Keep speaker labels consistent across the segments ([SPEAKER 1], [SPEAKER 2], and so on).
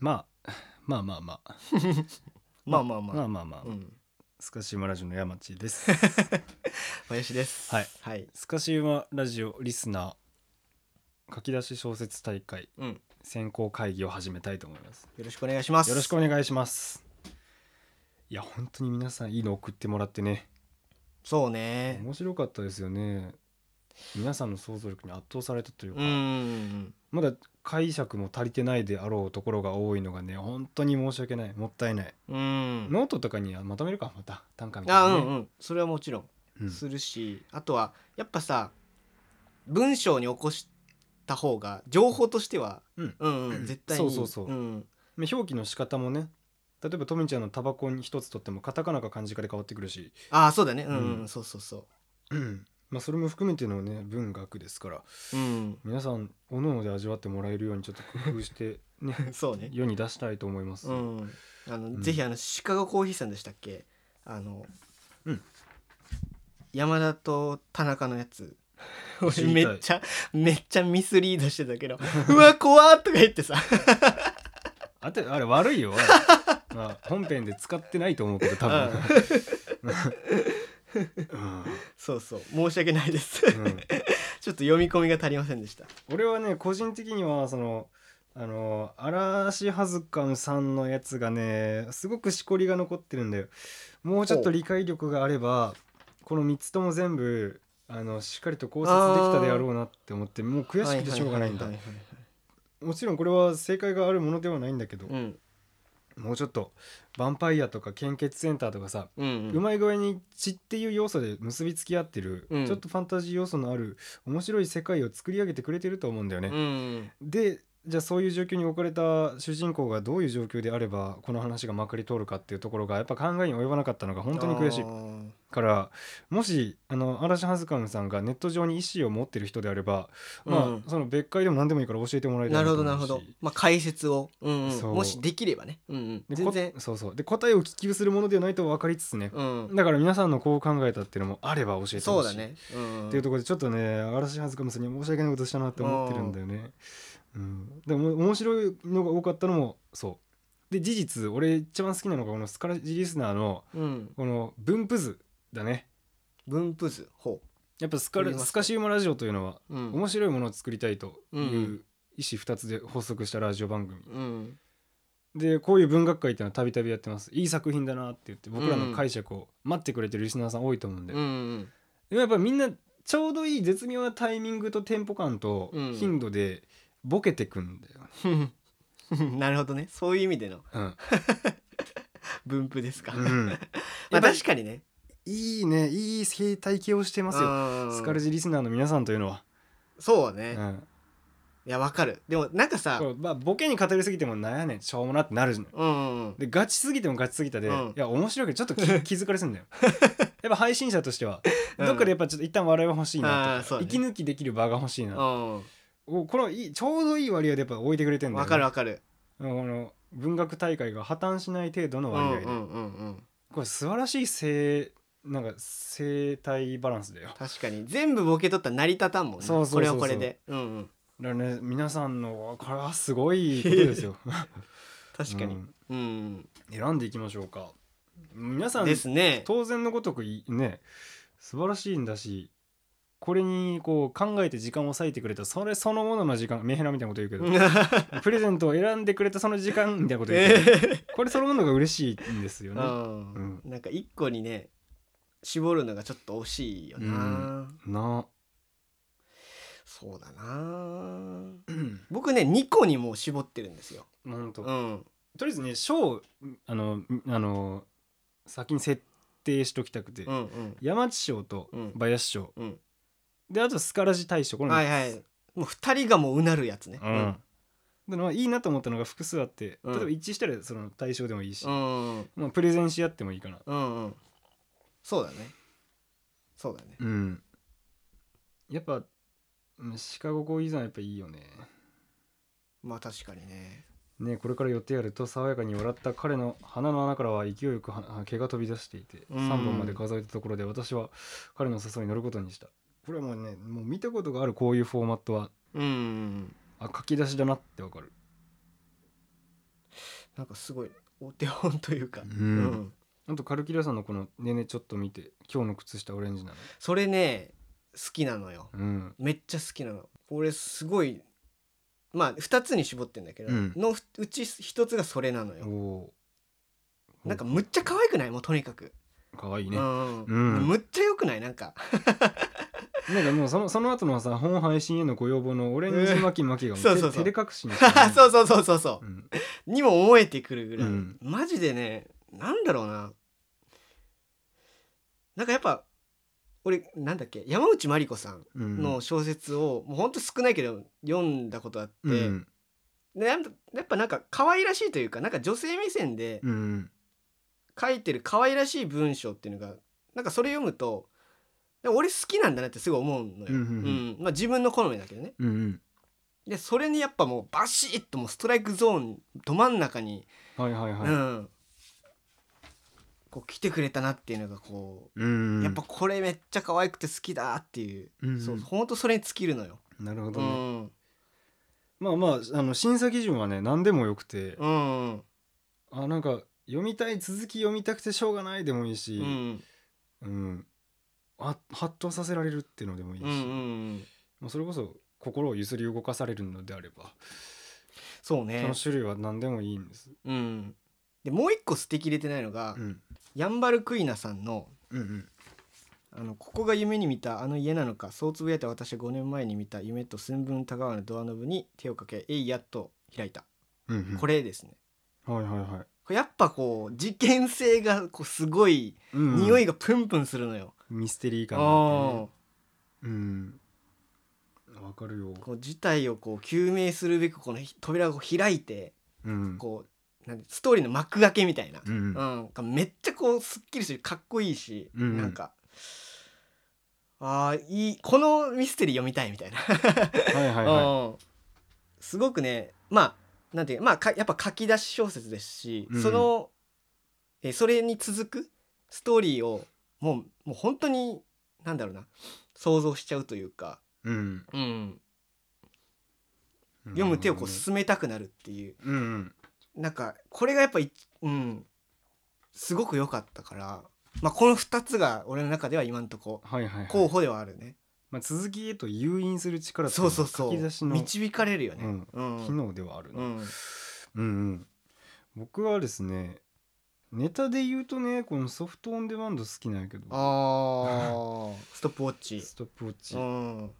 [SPEAKER 1] まあ まあまあまあ
[SPEAKER 2] まあまあまあ、
[SPEAKER 1] まあまあまあ、
[SPEAKER 2] うん、
[SPEAKER 1] スカシウマラジオの山地です
[SPEAKER 2] 林です
[SPEAKER 1] はい
[SPEAKER 2] はい
[SPEAKER 1] スカシウマラジオリスナー書き出し小説大会
[SPEAKER 2] うん、よ
[SPEAKER 1] 選考会議を始めたいと思います
[SPEAKER 2] ろしくお願いします
[SPEAKER 1] よろしくお願いしますいや本当に皆さんいいの送ってもらってね
[SPEAKER 2] そうね
[SPEAKER 1] 面白かったですよね皆さんの想像力に圧倒されたというか、
[SPEAKER 2] うんうん
[SPEAKER 1] まだ解釈も足りてないであろうところが多いのがね本当に申し訳ないもったいない、
[SPEAKER 2] うんうん
[SPEAKER 1] ノートとかにはまとめるかまた短歌みたい
[SPEAKER 2] あ
[SPEAKER 1] な
[SPEAKER 2] う
[SPEAKER 1] ね、
[SPEAKER 2] んうんそれはもちろん
[SPEAKER 1] うん
[SPEAKER 2] するし、あとはやっぱさ文章に起こした方が情報としては、
[SPEAKER 1] うん
[SPEAKER 2] うんうん絶対に、
[SPEAKER 1] そうそうそうんまあ表記の仕方もね例えばトミちゃんのタバコに一つ取ってもカタカナか漢字かで変わってくるし、
[SPEAKER 2] ああそうだねうん、うん
[SPEAKER 1] うん
[SPEAKER 2] そうそうそ
[SPEAKER 1] うんまあ、それも含めてのね文学ですから
[SPEAKER 2] ううん
[SPEAKER 1] 皆さん各々で味わってもらえるようにちょっと工夫して、ね、
[SPEAKER 2] そうね
[SPEAKER 1] 世に出したいと思います、
[SPEAKER 2] うんあの、
[SPEAKER 1] ん
[SPEAKER 2] ぜひあのシカゴコーヒーさんでしたっけあの、
[SPEAKER 1] うん
[SPEAKER 2] 山田と田中のや つ
[SPEAKER 1] 知
[SPEAKER 2] 俺
[SPEAKER 1] りた
[SPEAKER 2] め
[SPEAKER 1] い
[SPEAKER 2] っちゃめっちゃミスリードしてた けど「うわ怖っ!」とか言ってさ
[SPEAKER 1] あてあれ悪いよ、おい まあ、本編で使ってないと思うけど多分、 うん
[SPEAKER 2] そうそう申し訳ないです、
[SPEAKER 1] う
[SPEAKER 2] ちょ
[SPEAKER 1] ん
[SPEAKER 2] っと読み込みが足りませんでした
[SPEAKER 1] 俺はね個人的にはそのあの嵐はずかむさんのやつがねすごくしこりが残ってるんだよもうちょっと理解力があればこの3つとも全部あのしっかりと考察できたであろうなって思ってもう悔しくてしょうがないんだ
[SPEAKER 2] はははいはい
[SPEAKER 1] もちろんこれは正解があるものではないんだけど、
[SPEAKER 2] うん
[SPEAKER 1] もうちょっと「ヴァンパイア」とか「献血センター」とかさ
[SPEAKER 2] うん
[SPEAKER 1] うまい具合に血っていう要素で結びつき合ってる、
[SPEAKER 2] うん
[SPEAKER 1] ちょっとファンタジー要素のある面白い世界を作り上げてくれてると思うんだよね。
[SPEAKER 2] うん
[SPEAKER 1] でじゃあそういう状況に置かれた主人公がどういう状況であればこの話がまかり通るかっていうところがやっぱ考えに及ばなかったのが本当に悔しい
[SPEAKER 2] あー
[SPEAKER 1] からもしあの嵐ハズカムさんがネット上に意思を持ってる人であれば、
[SPEAKER 2] う
[SPEAKER 1] ま
[SPEAKER 2] ん
[SPEAKER 1] あその別会でも何でもいいから教えてもらいた
[SPEAKER 2] ないる
[SPEAKER 1] と
[SPEAKER 2] ほ
[SPEAKER 1] 思
[SPEAKER 2] ど
[SPEAKER 1] うし
[SPEAKER 2] なるほど、まあ、解説を、うんうん
[SPEAKER 1] そう
[SPEAKER 2] もしできればね、うんうん、
[SPEAKER 1] でこ
[SPEAKER 2] 全然、
[SPEAKER 1] そうそうで答えを聞きするものではないと分かりつつね、
[SPEAKER 2] うん、
[SPEAKER 1] だから皆さんのこう考えたっていうのもあれば教えてほしい
[SPEAKER 2] そうだね、うん、
[SPEAKER 1] っていうところでちょっとね嵐はずかもさんに申し訳ないことしたなって思ってるんだよね。うん、でも面白いのが多かったのもそう。で事実俺一番好きなのがこのスカラジリスナーの
[SPEAKER 2] うん、
[SPEAKER 1] この分布図だね。
[SPEAKER 2] 分布図ほ
[SPEAKER 1] やっぱスカ
[SPEAKER 2] と
[SPEAKER 1] ラ
[SPEAKER 2] 言いますか
[SPEAKER 1] スカシウマラジオというのは
[SPEAKER 2] う、うん
[SPEAKER 1] 面白いものを作りたいといううん意思二つで発足したラジオ番組。
[SPEAKER 2] うん、
[SPEAKER 1] でこういう文学界っていうのはたびたびやってます。いい作品だなって言って僕らの解釈を待ってくれてるリスナーさん多いと思うんで
[SPEAKER 2] うん、うん
[SPEAKER 1] でもやっぱみんなちょうどいい絶妙なタイミングとテンポ感と
[SPEAKER 2] うん
[SPEAKER 1] 頻度でボケてくんだよ、ね
[SPEAKER 2] うん、 なるほどねそういう意味での
[SPEAKER 1] うん
[SPEAKER 2] 分布ですか、
[SPEAKER 1] うんやっ
[SPEAKER 2] まあ
[SPEAKER 1] ぱり
[SPEAKER 2] 確かにね
[SPEAKER 1] いいねいい生態系をしてますよ
[SPEAKER 2] うん
[SPEAKER 1] スカルジリスナーの皆さんというのは、
[SPEAKER 2] そう
[SPEAKER 1] う
[SPEAKER 2] ね、
[SPEAKER 1] ん、
[SPEAKER 2] いやわかるでもなんかさ
[SPEAKER 1] こうまあ、ボケに偏りすぎてもなんやねんしょうもなってなるじゃん
[SPEAKER 2] うんうん
[SPEAKER 1] でガチすぎてもガチすぎたで、
[SPEAKER 2] うん
[SPEAKER 1] いや面白いけどちょっと気 気づかれすんだよやっぱ配信者としてはどっかでやっぱちょっと一旦笑いは欲しい
[SPEAKER 2] あ
[SPEAKER 1] な
[SPEAKER 2] ー
[SPEAKER 1] とか、
[SPEAKER 2] そうね
[SPEAKER 1] 息抜きできる場が欲しいな
[SPEAKER 2] うん
[SPEAKER 1] おこのいいちょうどいい割合でやっぱ置いてくれてんだよ
[SPEAKER 2] わ
[SPEAKER 1] ね
[SPEAKER 2] かるわかる
[SPEAKER 1] あの文学大会が破綻しない程度
[SPEAKER 2] う
[SPEAKER 1] の
[SPEAKER 2] ん
[SPEAKER 1] 割合
[SPEAKER 2] うん
[SPEAKER 1] で、
[SPEAKER 2] うんうん
[SPEAKER 1] これ素晴らしい生なんか生態バランスだよだか
[SPEAKER 2] 確かに全部ボケ取ったら成り立たんもんね
[SPEAKER 1] そうそうそうそう
[SPEAKER 2] これはこれでうんうん
[SPEAKER 1] らね皆さんのこれはすごいことです よ
[SPEAKER 2] 確かに
[SPEAKER 1] う
[SPEAKER 2] う
[SPEAKER 1] ん、
[SPEAKER 2] んうん
[SPEAKER 1] 選んでいきましょうか皆さん
[SPEAKER 2] ですね
[SPEAKER 1] 当然のごとくいね素晴らしいんだしこれにこう考えて時間を割いてくれたそれそのものの時間メンヘラみたいなこと言うけ どプレゼントを選んでくれたその時間みたいなこと言うけど、
[SPEAKER 2] え
[SPEAKER 1] これそのものが嬉しいんですよ
[SPEAKER 2] ー
[SPEAKER 1] ね
[SPEAKER 2] うん
[SPEAKER 1] うん
[SPEAKER 2] なんか一個にね絞るのがちょっと惜しいよな
[SPEAKER 1] な
[SPEAKER 2] そうだな
[SPEAKER 1] うん
[SPEAKER 2] 僕ね2個にもう絞ってるんですよ
[SPEAKER 1] ほんと
[SPEAKER 2] うん
[SPEAKER 1] とりあえずね賞をあのんあの先に設定しときたくて、
[SPEAKER 2] うんうん
[SPEAKER 1] 山地賞と
[SPEAKER 2] うん
[SPEAKER 1] 林賞、
[SPEAKER 2] うん
[SPEAKER 1] であとスカラジ大賞この
[SPEAKER 2] はい
[SPEAKER 1] 三つ
[SPEAKER 2] はいもう2人がもううなるやつね
[SPEAKER 1] うんでのいいなと思ったのが複数あって、
[SPEAKER 2] うん
[SPEAKER 1] 例えば一致したらその対象でもいいし、
[SPEAKER 2] うんうん
[SPEAKER 1] まあ、プレゼンし合ってもいいかな
[SPEAKER 2] うんうんそうだねそうだね
[SPEAKER 1] うんやっぱうんシカゴコーヒーさんやっぱいいよね
[SPEAKER 2] まあ確かにね
[SPEAKER 1] ねこれから予定あると爽やかに笑った彼の鼻の穴からは勢いよくは毛が飛び出していて
[SPEAKER 2] うん
[SPEAKER 1] 3本まで数えたところで私は彼の誘いに乗ることにしたこれはもうねもう見たことがあるこういうフォーマットは
[SPEAKER 2] うん
[SPEAKER 1] あ書き出しだなってわかる
[SPEAKER 2] なんかすごいお手本というか、
[SPEAKER 1] う
[SPEAKER 2] うんん、
[SPEAKER 1] あとカルキラさんのこの「ねえねえちょっと見て今日の靴下オレンジなの
[SPEAKER 2] それね好きなのよ」
[SPEAKER 1] うん
[SPEAKER 2] めっちゃ好きなの俺すごいまあ2つに絞ってんだけ
[SPEAKER 1] う
[SPEAKER 2] ど、
[SPEAKER 1] ん
[SPEAKER 2] のふうち1つがそれなの
[SPEAKER 1] お
[SPEAKER 2] よ
[SPEAKER 1] おー
[SPEAKER 2] なんかむっちゃ可愛くないもうとにかく、
[SPEAKER 1] かわいいね
[SPEAKER 2] う
[SPEAKER 1] なんうん
[SPEAKER 2] むっちゃ良くないなんか
[SPEAKER 1] かもうそのその後のさ本配信へのご要望のオレンジマキマキがも
[SPEAKER 2] そううそ
[SPEAKER 1] て
[SPEAKER 2] うそ
[SPEAKER 1] 照
[SPEAKER 2] う
[SPEAKER 1] れ隠しに
[SPEAKER 2] そうそうそうそうそう
[SPEAKER 1] う、ん
[SPEAKER 2] にも思えてくるぐらい、
[SPEAKER 1] うん
[SPEAKER 2] マジでねなんだろうななんかやっぱ俺なんだっけ山内まりこさん
[SPEAKER 1] うん
[SPEAKER 2] の小説を、もうほんと少ないけど読んだことあって、
[SPEAKER 1] うん
[SPEAKER 2] でやっぱやっぱなんか可愛らしいというかなんか女性目線で
[SPEAKER 1] うん
[SPEAKER 2] 書いてる可愛らしい文章っていうのがなんかそれ読むとなんか俺好きなんだなってすごい思うのよ、
[SPEAKER 1] うんうんうん
[SPEAKER 2] うんまあ、自分の好みだけどね
[SPEAKER 1] うんうん
[SPEAKER 2] でそれにやっぱもうバシッともうストライクゾーンど真ん中に
[SPEAKER 1] はいはいは
[SPEAKER 2] う
[SPEAKER 1] い
[SPEAKER 2] ん、こう来てくれたなっていうのがこ
[SPEAKER 1] うん
[SPEAKER 2] う、
[SPEAKER 1] うん
[SPEAKER 2] やっぱこれめっちゃ可愛くて好きだっていう、
[SPEAKER 1] うんうん
[SPEAKER 2] そうほんとそれに尽きるのよ。
[SPEAKER 1] なるほ
[SPEAKER 2] う
[SPEAKER 1] どね
[SPEAKER 2] ん、
[SPEAKER 1] まあまああの審査基準はね何でもよくて
[SPEAKER 2] うん、
[SPEAKER 1] あなんか読みたい続き読みたくてしょうがないでもいいし
[SPEAKER 2] うん、うん、
[SPEAKER 1] うんあ発動させられるっていうのでもいいし
[SPEAKER 2] うん、うん、
[SPEAKER 1] まあそれこそ心を揺すり動かされるのであれば
[SPEAKER 2] そう
[SPEAKER 1] そ
[SPEAKER 2] ね
[SPEAKER 1] の。種類は何でもいいんです。
[SPEAKER 2] うん。でもう一個捨てきれてないのが、
[SPEAKER 1] うん
[SPEAKER 2] ヤンバルクイナさんの。
[SPEAKER 1] うん
[SPEAKER 2] あのここが夢に見たあの家なのかそうつぶやいた私は5年前に見た夢と寸分たがわぬドアノブに手をかけえいやっと開いた
[SPEAKER 1] うんうんうん
[SPEAKER 2] これですね
[SPEAKER 1] はいはいはい。
[SPEAKER 2] これやっぱこう事件性がこうすごい
[SPEAKER 1] うんうん
[SPEAKER 2] 匂いがプンプンするのよ。
[SPEAKER 1] ミステリー
[SPEAKER 2] う
[SPEAKER 1] 感
[SPEAKER 2] ん、
[SPEAKER 1] があってねうんわかるよ。
[SPEAKER 2] こう事態をこう究明するべくこの扉を開いて
[SPEAKER 1] うん
[SPEAKER 2] こうなんてストーリーの幕開けみたいな、
[SPEAKER 1] う
[SPEAKER 2] うん
[SPEAKER 1] うん
[SPEAKER 2] んめっちゃこうすっきりするかっこいいし、
[SPEAKER 1] うん
[SPEAKER 2] なんかあーいいこのミステリー読みたいみたいな、
[SPEAKER 1] はいはいは
[SPEAKER 2] うんすごくねまあなんていうまあかやっぱ書き出し小説ですし、
[SPEAKER 1] うん
[SPEAKER 2] そのえーそれに続くストーリーをもうもう本当になんだろうな想像しちゃうというか、
[SPEAKER 1] い。うん
[SPEAKER 2] うん、読む手をこう進めたくなるっていう
[SPEAKER 1] うんうん
[SPEAKER 2] なんかこれがやっぱいうんすごく良かったから、まあ、この2つが俺の中では今んとこ
[SPEAKER 1] はいはいはい。
[SPEAKER 2] 候補ではあるね、
[SPEAKER 1] まあ続きへと誘引する力ってい
[SPEAKER 2] そうそう
[SPEAKER 1] の
[SPEAKER 2] そ
[SPEAKER 1] は書き出し
[SPEAKER 2] う
[SPEAKER 1] の
[SPEAKER 2] 導かれるよね、
[SPEAKER 1] うん
[SPEAKER 2] うん
[SPEAKER 1] 機能ではある
[SPEAKER 2] う
[SPEAKER 1] な。
[SPEAKER 2] ん
[SPEAKER 1] うんうん。僕はですねネタで言うとねこのソフトオンデマンド好きなんやけど
[SPEAKER 2] あー ストップウォッチ
[SPEAKER 1] ストップウォッチ。
[SPEAKER 2] うん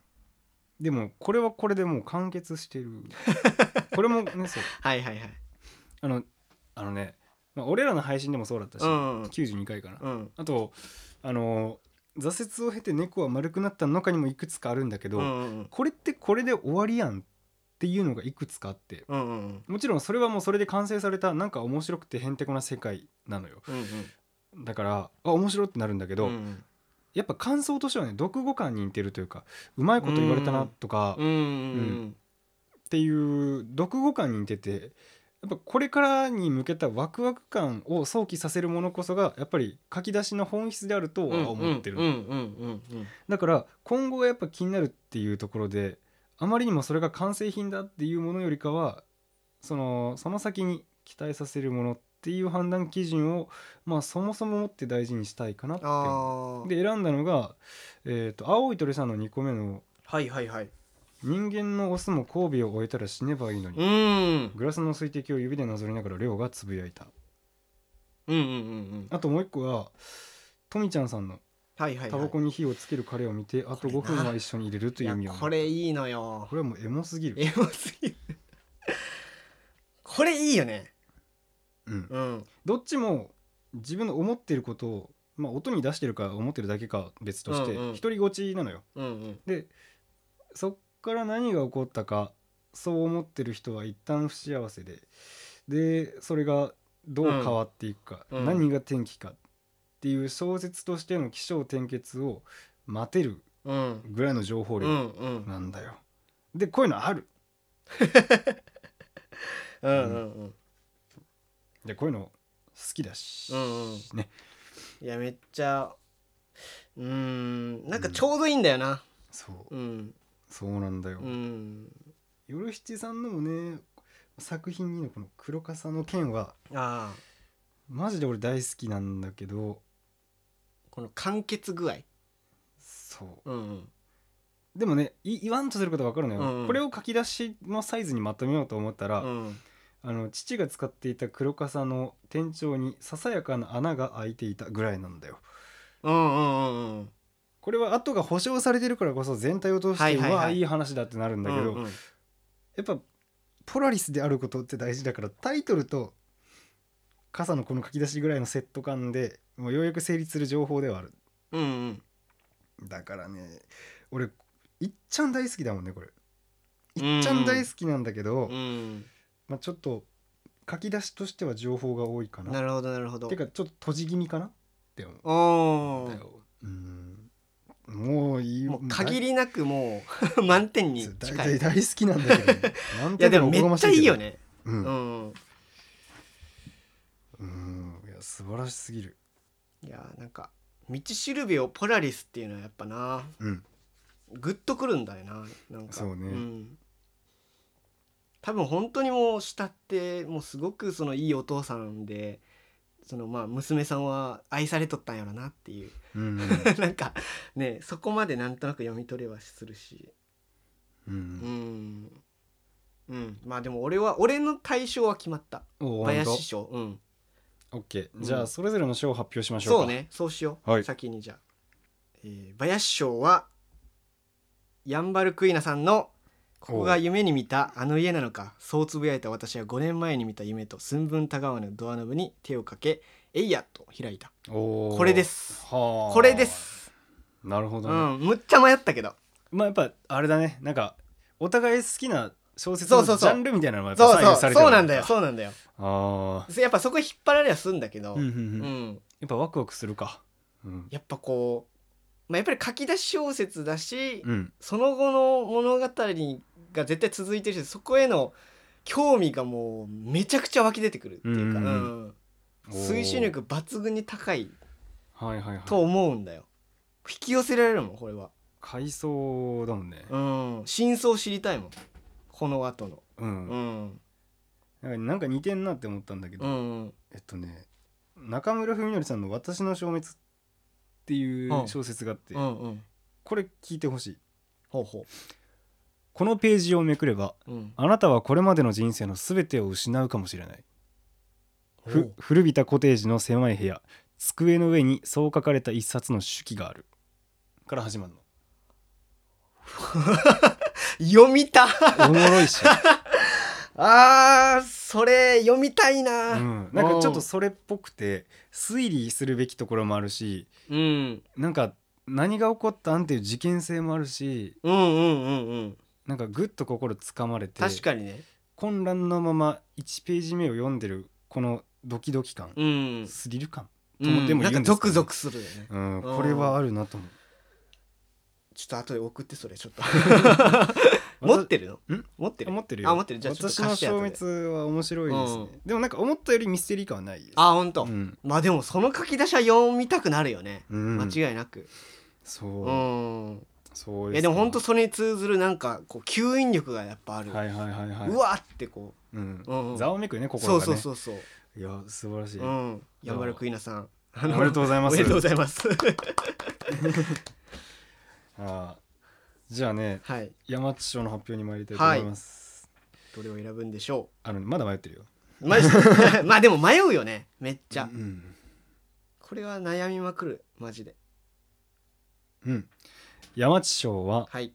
[SPEAKER 1] でもこれはこれでもう完結してる これもねそう
[SPEAKER 2] はいはいはい
[SPEAKER 1] あのあのね、まあ、俺らの配信でもそうだったし、
[SPEAKER 2] うん
[SPEAKER 1] 92回かな、
[SPEAKER 2] うん
[SPEAKER 1] あとあの挫折を経て猫は丸くなったの中にもいくつかあるんだけど、
[SPEAKER 2] うんうん
[SPEAKER 1] これってこれで終わりやんっていうのがいくつかあって
[SPEAKER 2] うんうん
[SPEAKER 1] もちろんそれはもうそれで完成されたなんか面白くてへんてこな世界なのよ
[SPEAKER 2] うんうん
[SPEAKER 1] だからあ面白いってなるんだけど、
[SPEAKER 2] うん
[SPEAKER 1] やっぱ感想としてはね読語感に似てるというかうまいこと言われたなとか、
[SPEAKER 2] うんうん
[SPEAKER 1] っていう読語感に似ててやっぱこれからに向けたワクワク感を想起させるものこそがやっぱり書き出しの本質であると
[SPEAKER 2] うん
[SPEAKER 1] は思ってる、
[SPEAKER 2] うんうんうんうん
[SPEAKER 1] だから今後がやっぱ気になるっていうところであまりにもそれが完成品だっていうものよりかはそのその先に期待させるものっていう判断基準をまあそもそも持って大事にしたいかなって思
[SPEAKER 2] あ
[SPEAKER 1] う
[SPEAKER 2] あ
[SPEAKER 1] で選んだのが、えー、と青い鳥さんの2個目の
[SPEAKER 2] はいはいはい
[SPEAKER 1] 「人間のオスも交尾を終えたら死ねばいいのに」
[SPEAKER 2] うん
[SPEAKER 1] グラスの水滴を指でなぞりながらレオがつぶやいた
[SPEAKER 2] うんうんうんうん
[SPEAKER 1] あともう一個はトミちゃんさんの
[SPEAKER 2] はいはいはい
[SPEAKER 1] タバコに火をつける彼を見てあと
[SPEAKER 2] これな
[SPEAKER 1] 5分は一緒に入れるという意味
[SPEAKER 2] い
[SPEAKER 1] を
[SPEAKER 2] や
[SPEAKER 1] 持った
[SPEAKER 2] これいいのよ
[SPEAKER 1] これはもうエモすぎる、
[SPEAKER 2] エモすぎるこれいいよね
[SPEAKER 1] うん、
[SPEAKER 2] うん
[SPEAKER 1] どっちも自分の思ってることを、まあ、音に出してるか思ってるだけか別として
[SPEAKER 2] うんうん
[SPEAKER 1] 独りごちなのよ
[SPEAKER 2] うんうん
[SPEAKER 1] でそっから何が起こったかそう思ってる人は一旦不幸せででそれがどう変わっていくか、
[SPEAKER 2] うんうん
[SPEAKER 1] 何が転機かっていう小説としての起承転結を待てる
[SPEAKER 2] うん
[SPEAKER 1] ぐらいの情報
[SPEAKER 2] う
[SPEAKER 1] 量
[SPEAKER 2] んうん
[SPEAKER 1] なんだよ。でこういうのある
[SPEAKER 2] うんうんうん
[SPEAKER 1] でこういうの好きだし、
[SPEAKER 2] うんうん
[SPEAKER 1] ね
[SPEAKER 2] いやめっちゃうーんなんかちょうどいいんだよな
[SPEAKER 1] そう
[SPEAKER 2] うん
[SPEAKER 1] そうなんだよ。
[SPEAKER 2] うん
[SPEAKER 1] 夜七さんのもね作品2のこの「黒笠の剣」は
[SPEAKER 2] ああ
[SPEAKER 1] マジで俺大好きなんだけど
[SPEAKER 2] この完結具合
[SPEAKER 1] そ
[SPEAKER 2] うんうん
[SPEAKER 1] うでもねい言わんとすることわかるのよ、
[SPEAKER 2] うんうん
[SPEAKER 1] これを書き出しのサイズにまとめようと思ったら、
[SPEAKER 2] うん
[SPEAKER 1] あの父が使っていた黒笠の天頂にささやかな穴が開いていたぐらいなんだよ
[SPEAKER 2] うんうんうんうん
[SPEAKER 1] これは後が保証されてるからこそ全体を通して、
[SPEAKER 2] はいはいはいう
[SPEAKER 1] わあいい話だってなるんだけど、
[SPEAKER 2] うんうん
[SPEAKER 1] やっぱポラリスであることって大事だからタイトルと傘のこの書き出しぐらいのセット感でもうようやく成立する情報ではある
[SPEAKER 2] うんうん
[SPEAKER 1] だからね俺いっちゃん大好きだもんねこれいっちゃん大好きなんだけど、
[SPEAKER 2] うん
[SPEAKER 1] まあ、ちょっと書き出しとしては情報が多いかな
[SPEAKER 2] なるほどなるほど
[SPEAKER 1] てかちょっと閉じ気味かなって思う
[SPEAKER 2] お
[SPEAKER 1] だ
[SPEAKER 2] ー
[SPEAKER 1] ようんもういい
[SPEAKER 2] もう
[SPEAKER 1] り
[SPEAKER 2] 限りなくもう満点に
[SPEAKER 1] 大
[SPEAKER 2] 近い
[SPEAKER 1] 大
[SPEAKER 2] い
[SPEAKER 1] 大好きなんだけど、 ね、なんて
[SPEAKER 2] やで
[SPEAKER 1] 言う
[SPEAKER 2] も
[SPEAKER 1] か
[SPEAKER 2] め
[SPEAKER 1] おこが
[SPEAKER 2] っ
[SPEAKER 1] まし
[SPEAKER 2] ちゃい
[SPEAKER 1] けど
[SPEAKER 2] いよね
[SPEAKER 1] う
[SPEAKER 2] うんんうん
[SPEAKER 1] うんいや素晴らしすぎる
[SPEAKER 2] いやーなんか道しるべをポラリスっていうのはやっぱな
[SPEAKER 1] うん
[SPEAKER 2] グッとくるんだよななんか
[SPEAKER 1] そうね
[SPEAKER 2] ん、多分本当にもう慕ってもうすごくそのいいお父さんでそのまあ娘さんは愛されとったんやろなっていう
[SPEAKER 1] うん
[SPEAKER 2] なんかねそこまでなんとなく読み取れはするし
[SPEAKER 1] う
[SPEAKER 2] うんん、うん、まあでも俺は俺の対象は決まった
[SPEAKER 1] おーほん
[SPEAKER 2] 林賞うん
[SPEAKER 1] とオッケ
[SPEAKER 2] う
[SPEAKER 1] ー
[SPEAKER 2] ん
[SPEAKER 1] じゃあそれぞれの賞を発表しましょうか
[SPEAKER 2] そうねそうしよう、
[SPEAKER 1] はい
[SPEAKER 2] 先にじゃあ、えー、林賞はヤンバルクイナさんの「ここが夢に見たあの家なのか」そうつぶやいた私は5年前に見た夢と寸分たがわぬドアノブに手をかけ「えいや!」と開いた
[SPEAKER 1] おー
[SPEAKER 2] これです
[SPEAKER 1] はあ
[SPEAKER 2] これです
[SPEAKER 1] なるほ
[SPEAKER 2] う
[SPEAKER 1] どね
[SPEAKER 2] んむっちゃ迷ったけど
[SPEAKER 1] まあやっぱあれだねなんかお互い好きな小説
[SPEAKER 2] そ
[SPEAKER 1] の
[SPEAKER 2] う
[SPEAKER 1] ジ
[SPEAKER 2] そうそう
[SPEAKER 1] ャンルみたいなのがやっぱ
[SPEAKER 2] そう
[SPEAKER 1] 左
[SPEAKER 2] そう
[SPEAKER 1] 右されて
[SPEAKER 2] そうなんだよ
[SPEAKER 1] あ
[SPEAKER 2] そうなんだよ
[SPEAKER 1] あ
[SPEAKER 2] やっぱそこ引っ張られはすんだけど、
[SPEAKER 1] ーうんうん
[SPEAKER 2] う
[SPEAKER 1] うん
[SPEAKER 2] ん、
[SPEAKER 1] やっぱワクワクするかうん
[SPEAKER 2] やっぱこう、まあ、やっぱり書き出し小説だし、
[SPEAKER 1] うん
[SPEAKER 2] その後の物語が絶対続いてるしそこへの興味がもうめちゃくちゃ湧き出てくるっていうか、
[SPEAKER 1] うんう
[SPEAKER 2] うん推進力抜群に高い
[SPEAKER 1] おーはいはいは
[SPEAKER 2] と
[SPEAKER 1] い
[SPEAKER 2] 思うんだよ引き寄せられるもんこれは
[SPEAKER 1] 回想だもんね
[SPEAKER 2] うん真相知りたいもんこの後の
[SPEAKER 1] うん
[SPEAKER 2] うん
[SPEAKER 1] なんかなんか似てんなって思ったんだけど、
[SPEAKER 2] うん
[SPEAKER 1] えっとね中村文則さんの「私の消滅」っていう小説があって、
[SPEAKER 2] うんうん
[SPEAKER 1] これ聞いてほしい
[SPEAKER 2] ほうほ
[SPEAKER 1] このページをめくれば
[SPEAKER 2] ううん
[SPEAKER 1] あなたはこれまでの人生の全てを失うかもしれないふ
[SPEAKER 2] ほう
[SPEAKER 1] 古びたコテージの狭い部屋机の上にそう書かれた一冊の手記があるから始まるの
[SPEAKER 2] 読みた
[SPEAKER 1] おもろい し、
[SPEAKER 2] あーそれ読みたいな
[SPEAKER 1] う
[SPEAKER 2] うん、
[SPEAKER 1] ん、なんかちょっとそれっぽくて推理するべきところもあるし
[SPEAKER 2] うん、
[SPEAKER 1] なんか何が起こったんっていう事件性もあるし
[SPEAKER 2] うんうんうんうん
[SPEAKER 1] なんかぐっと心つかまれて
[SPEAKER 2] 確かにね
[SPEAKER 1] 混乱のまま1ページ目を読んでるこのドキドキ感、
[SPEAKER 2] うん
[SPEAKER 1] スリル感、
[SPEAKER 2] う
[SPEAKER 1] ともで
[SPEAKER 2] ん
[SPEAKER 1] も
[SPEAKER 2] な
[SPEAKER 1] 言うん
[SPEAKER 2] ん
[SPEAKER 1] ですけど
[SPEAKER 2] かゾクゾクするよね
[SPEAKER 1] うん、
[SPEAKER 2] うん
[SPEAKER 1] これはあるなと思
[SPEAKER 2] ちょっと後で送ってそれち ょっと
[SPEAKER 1] う
[SPEAKER 2] 持ってるの
[SPEAKER 1] ん
[SPEAKER 2] 持ってる
[SPEAKER 1] 持ってるよ
[SPEAKER 2] あ持ってるじゃあちょっ
[SPEAKER 1] 私
[SPEAKER 2] と
[SPEAKER 1] の
[SPEAKER 2] 貸して
[SPEAKER 1] 消
[SPEAKER 2] 後で
[SPEAKER 1] 滅は面白いですね、
[SPEAKER 2] う
[SPEAKER 1] でもなんか思ったよりミステリー感はないです
[SPEAKER 2] あ本当、
[SPEAKER 1] うん、
[SPEAKER 2] まあでもその書き出しは読みたくなるよね、
[SPEAKER 1] うん、
[SPEAKER 2] 間違いなく
[SPEAKER 1] そうう、
[SPEAKER 2] ん
[SPEAKER 1] そう
[SPEAKER 2] いやでも本当
[SPEAKER 1] そ
[SPEAKER 2] それに通ずるなんかこう吸引力がやっぱある、
[SPEAKER 1] はいはいはいはいう
[SPEAKER 2] わーってこ
[SPEAKER 1] うん
[SPEAKER 2] う、うんうん
[SPEAKER 1] ざわめくよね心が
[SPEAKER 2] そう
[SPEAKER 1] ね
[SPEAKER 2] そうそうそう
[SPEAKER 1] いや素晴らしい、
[SPEAKER 2] うんヤンバルクイナさんあ
[SPEAKER 1] お
[SPEAKER 2] の
[SPEAKER 1] めでとうござい
[SPEAKER 2] お
[SPEAKER 1] ます
[SPEAKER 2] めでとうございます
[SPEAKER 1] あーじゃあね
[SPEAKER 2] はい
[SPEAKER 1] 山地賞の発表に参りたいと思います、
[SPEAKER 2] どれを選ぶんでしょ
[SPEAKER 1] あのまだ迷ってるよ
[SPEAKER 2] うまあまあでも迷うよねめっちゃ、
[SPEAKER 1] うん
[SPEAKER 2] これは悩みまくるマジで
[SPEAKER 1] うん、山地賞は
[SPEAKER 2] はい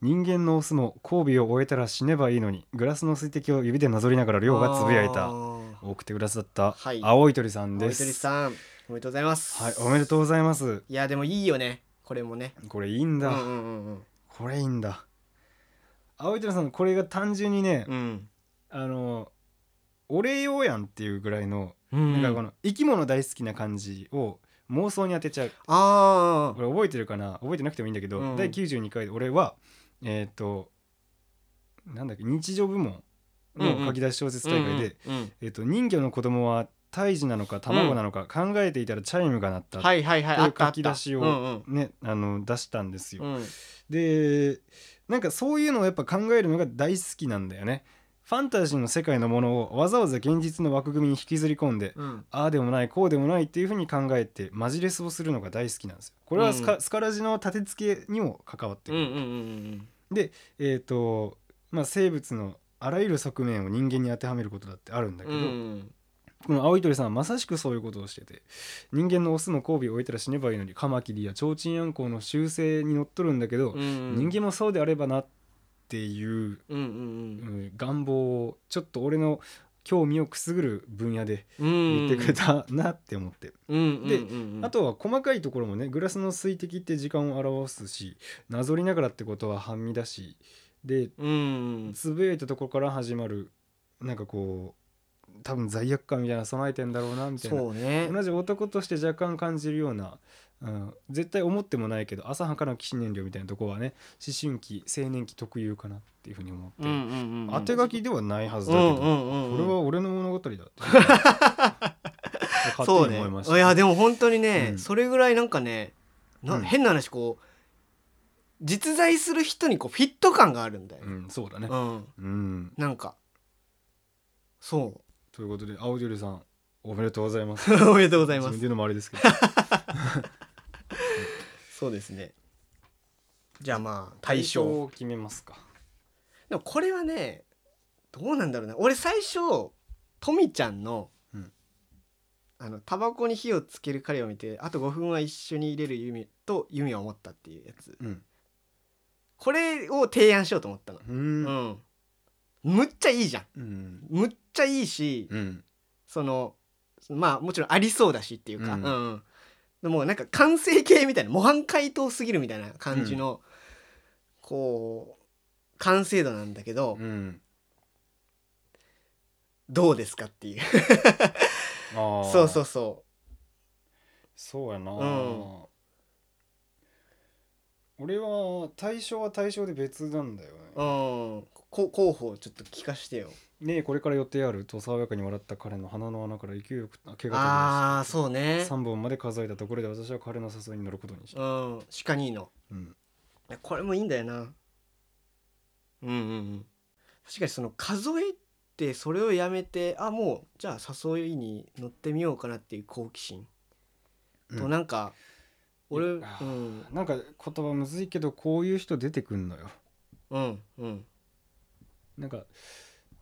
[SPEAKER 1] 人間のオスも交尾を終えたら死ねばいいのにグラスの水滴を指でなぞりながら亮がつぶやい
[SPEAKER 2] あ
[SPEAKER 1] た
[SPEAKER 2] ー
[SPEAKER 1] 多くてグラスだった
[SPEAKER 2] はい
[SPEAKER 1] 青い鳥さん
[SPEAKER 2] 青
[SPEAKER 1] で
[SPEAKER 2] い鳥
[SPEAKER 1] す、
[SPEAKER 2] さんおめでとうございます
[SPEAKER 1] はいおめでとうございます
[SPEAKER 2] いやでもいいよねこれもね
[SPEAKER 1] これいいん
[SPEAKER 2] う
[SPEAKER 1] だ、
[SPEAKER 2] んうんうん
[SPEAKER 1] これいいんだ青い鳥さんのこれが単純にね、
[SPEAKER 2] うん
[SPEAKER 1] あのお礼用やんっていうぐらいの
[SPEAKER 2] うん
[SPEAKER 1] なんかこの生き物大好きな感じを妄想に当てちゃう
[SPEAKER 2] あ
[SPEAKER 1] これ覚えてるかな覚えてなくてもいいんだけど、
[SPEAKER 2] うん
[SPEAKER 1] 第92回で俺はえっ、となんだっけ日常部門の書き出し小説
[SPEAKER 2] あ
[SPEAKER 1] 大会で、
[SPEAKER 2] うん
[SPEAKER 1] えー、と人魚の子供は胎児なのか卵なのか考えていたらチャイムが鳴った、
[SPEAKER 2] はいはいはいあったあった
[SPEAKER 1] という書き出しを
[SPEAKER 2] うんうん
[SPEAKER 1] ね、あの出したんですよ。
[SPEAKER 2] うん
[SPEAKER 1] でなんかそういうのをやっぱ考えるのが大好きなんだよね。ファンタジーの世界のものをわざわざ現実の枠組みに引きずり込んで
[SPEAKER 2] うん、
[SPEAKER 1] ああでもないこうでもないっていうふうに考えてマジレスをするのが大好きなんですよ。これはスカ,、
[SPEAKER 2] うん
[SPEAKER 1] スカラジの立て付けにも関わって
[SPEAKER 2] うん
[SPEAKER 1] く
[SPEAKER 2] う
[SPEAKER 1] る。
[SPEAKER 2] んうん
[SPEAKER 1] えーとまあ、生物のあらゆる側面を人間に当てはめることだってあるんだけ
[SPEAKER 2] うんう
[SPEAKER 1] ど、
[SPEAKER 2] ん
[SPEAKER 1] この青い鳥さんはまさしくそういうことをしてて人間のオスの交尾を終えたら死ねばいいのにカマキリや提灯アンコウの習性にのっとるんだけど、
[SPEAKER 2] うん
[SPEAKER 1] 人間もそうであればなっていう、
[SPEAKER 2] うん
[SPEAKER 1] う
[SPEAKER 2] うん
[SPEAKER 1] ん願望をちょっと俺の興味をくすぐる分野で
[SPEAKER 2] うんうん
[SPEAKER 1] 言ってくれたなって思って、
[SPEAKER 2] うん
[SPEAKER 1] で
[SPEAKER 2] うんうん
[SPEAKER 1] あとは細かいところもねグラスの水滴って時間を表すしなぞりながらってことは半身だしで
[SPEAKER 2] うんうん
[SPEAKER 1] つぶやいたところから始まるなんかこう多分罪悪感みたいなの備えてんだろうなみたいな
[SPEAKER 2] そうね
[SPEAKER 1] 同じ男として若干感じるような、うん、絶対思ってもないけど浅はかなき信念量みたいなとこはね思春期青年期特有かなっていうふうに思って、
[SPEAKER 2] うんうんうん
[SPEAKER 1] 当て書きではないはず
[SPEAKER 2] う
[SPEAKER 1] だけ
[SPEAKER 2] ん
[SPEAKER 1] ど、
[SPEAKER 2] うんうんうん
[SPEAKER 1] これは俺の物語だって 勝
[SPEAKER 2] そう
[SPEAKER 1] 手に
[SPEAKER 2] ね
[SPEAKER 1] 思いまし
[SPEAKER 2] い
[SPEAKER 1] たね、
[SPEAKER 2] やでも本当にね、
[SPEAKER 1] うん
[SPEAKER 2] それぐらいなんかねな、
[SPEAKER 1] うん
[SPEAKER 2] 変な話こう実在する人にこうフィット感があるんだよ、
[SPEAKER 1] うん、そうだね
[SPEAKER 2] う、ん
[SPEAKER 1] うん、
[SPEAKER 2] なんかそ
[SPEAKER 1] ということで青鳥さんおめでとうございます
[SPEAKER 2] う おめでとうござい
[SPEAKER 1] 自
[SPEAKER 2] ま
[SPEAKER 1] 分です言うのもあれですけ ど
[SPEAKER 2] そうですねじゃあまあ対象
[SPEAKER 1] を決めますか
[SPEAKER 2] でもこれはねどうなんだろうな俺最初とみちゃんの、
[SPEAKER 1] うん
[SPEAKER 2] あのタバコに火をつける彼を見てあと5分は一緒に入れるユミとユミは思ったっていうやつ
[SPEAKER 1] うん
[SPEAKER 2] これを提案しようと思ったの
[SPEAKER 1] う
[SPEAKER 2] うんん、むっちゃいいじゃ
[SPEAKER 1] う
[SPEAKER 2] ん
[SPEAKER 1] ん
[SPEAKER 2] むっちゃいいし、
[SPEAKER 1] うん
[SPEAKER 2] そのまあもちろんありそうだしっていうか、
[SPEAKER 1] う
[SPEAKER 2] うんんでもなんか完成形みたいな模範解答すぎるみたいな感じの、こう完成度なんだけど、
[SPEAKER 1] うん
[SPEAKER 2] どうですかっていう
[SPEAKER 1] ああ
[SPEAKER 2] そうそうそ
[SPEAKER 1] そうやな、
[SPEAKER 2] うん
[SPEAKER 1] 俺は対象は対象で別なんだよ
[SPEAKER 2] う、うん、こ候補をちょっと聞かしてよ
[SPEAKER 1] ねねえこれから予定あると爽やかに笑った彼の鼻の穴から勢いよく毛が
[SPEAKER 2] ああーそう
[SPEAKER 1] 飛び出
[SPEAKER 2] ね
[SPEAKER 1] した3本まで数えたところで私は彼の誘いに乗ることにし
[SPEAKER 2] う
[SPEAKER 1] た、
[SPEAKER 2] ん鹿にいいの
[SPEAKER 1] うん
[SPEAKER 2] いやこれもいいんだよなうんうんうん確かにその数えてそれをやめてあもうじゃあ誘いに乗ってみようかなっていう好奇心
[SPEAKER 1] うん
[SPEAKER 2] となんか、俺う
[SPEAKER 1] い
[SPEAKER 2] ん
[SPEAKER 1] やなんか言葉むずいけどこういう人出てくんのよ
[SPEAKER 2] うんうん
[SPEAKER 1] なんか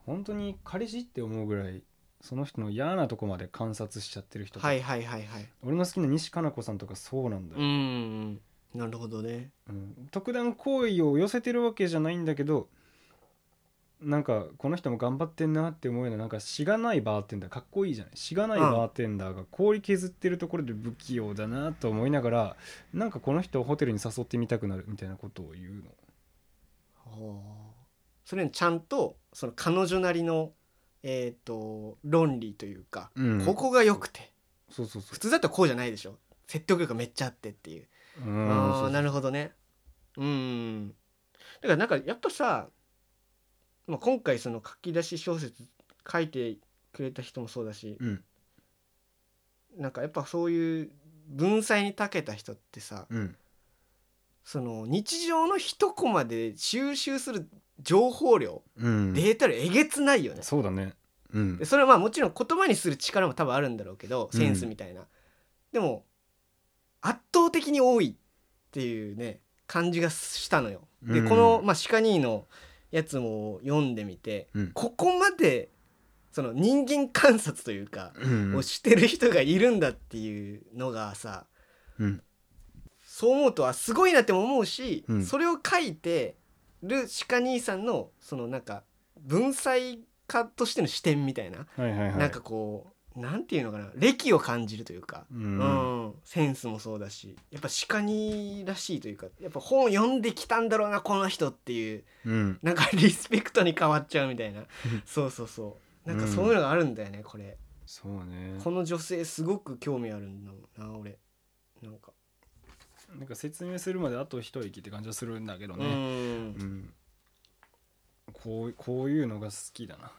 [SPEAKER 1] 本当に彼氏って思うぐらいその人の嫌なとこまで観察しちゃってる人とか、
[SPEAKER 2] はいはいはいはい
[SPEAKER 1] 俺の好きな西加奈子さんとかそうなんだよ
[SPEAKER 2] うん、うんうんなるほどね
[SPEAKER 1] うん特段好意を寄せてるわけじゃないんだけどなんかこの人も頑張ってんなって思うようななんかしがないバーテンダーかっこいいじゃないしがない
[SPEAKER 2] うん
[SPEAKER 1] バーテンダーが氷削ってるところで不器用だなと思いながらなんかこの人をホテルに誘ってみたくなるみたいなことを言うの
[SPEAKER 2] ほうそれにちゃんとその彼女なりのえっ、と論理というか、、
[SPEAKER 1] うん、
[SPEAKER 2] ここが良くて
[SPEAKER 1] そうそうそ
[SPEAKER 2] 普通だったらこうじゃないでしょ説得力がめっちゃあってっていう
[SPEAKER 1] ううん
[SPEAKER 2] あ
[SPEAKER 1] そ
[SPEAKER 2] あ
[SPEAKER 1] う
[SPEAKER 2] なるほどねうんだからなんかやっぱさ、まあ、今回その書き出し小説書いてくれた人もそうだし
[SPEAKER 1] うん
[SPEAKER 2] なんかやっぱそういう文才に長けた人ってさ
[SPEAKER 1] うん
[SPEAKER 2] その日常の一コマで収集する情報量
[SPEAKER 1] うん
[SPEAKER 2] データ量えげつないよね、
[SPEAKER 1] そうだねうん
[SPEAKER 2] でそれはまあもちろん言葉にする力も多分あるんだろうけど
[SPEAKER 1] うん
[SPEAKER 2] センスみたいな、でも圧倒的に多いっていうね感じがしたのよ。で、
[SPEAKER 1] うん
[SPEAKER 2] この、まあ、シカニーのやつも読んでみて、
[SPEAKER 1] うん
[SPEAKER 2] ここまでその人間観察というか、
[SPEAKER 1] うん
[SPEAKER 2] をしてる人がいるんだっていうのがさ
[SPEAKER 1] うん
[SPEAKER 2] そう思うとはすごいなっても思うし、
[SPEAKER 1] うん
[SPEAKER 2] それを書いてるシカ兄さんのそのなんか文才家としての視点みたいな、
[SPEAKER 1] はいはいはい
[SPEAKER 2] なんかこうなんていうのかな歴を感じるというか、
[SPEAKER 1] う
[SPEAKER 2] うんんセンスもそうだしやっぱシカ兄らしいというかやっぱ本読んできたんだろうなこの人っていう
[SPEAKER 1] うん
[SPEAKER 2] なんかリスペクトに変わっちゃうみ たいなそうそうそうなんかそういうのがあるんだよねこれ。
[SPEAKER 1] そうね
[SPEAKER 2] この女性すごく興味あるんだもんな俺なんか、
[SPEAKER 1] なんか説明するまであと一息って感じはするんだけど
[SPEAKER 2] う
[SPEAKER 1] ね
[SPEAKER 2] ん
[SPEAKER 1] うんこうこういうのが好きだな